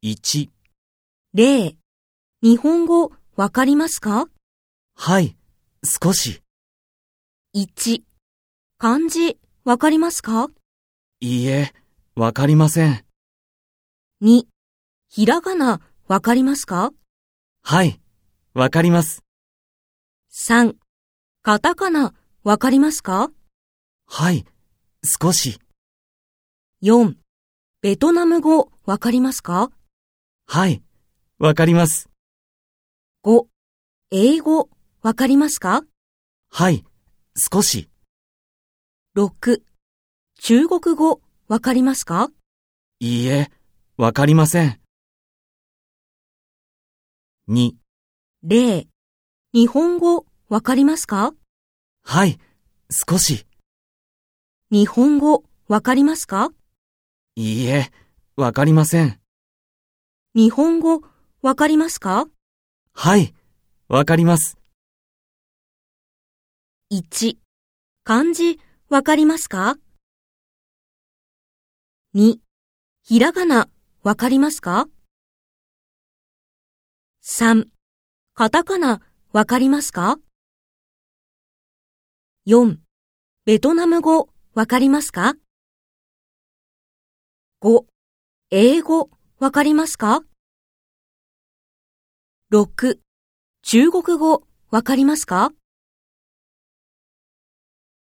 1、例、日本語わかりますかはい、少し、 ?1、漢字わかりますかいいえ、わかりません。 ?2、ひらがなわかりますかはい、わかります。 ?3、カタカナわかりますかはい、少し、 ?4、ベトナム語わかりますかはい、わかります。 ?5、英語わかりますかはい、少し、 ?6、中国語わかりますかいいえ、わかりません。2、例、日本語わかりますかはい、少し、日本語わかりますかいいえ、わかりません。日本語わかりますかはい、わかります。 1. 漢字わかりますか ?2. ひらがなわかりますか ?3. カタカナわかりますか ?4. ベトナム語わかりますか ?5. 英語わかりますか ?6. 中国語わかりますか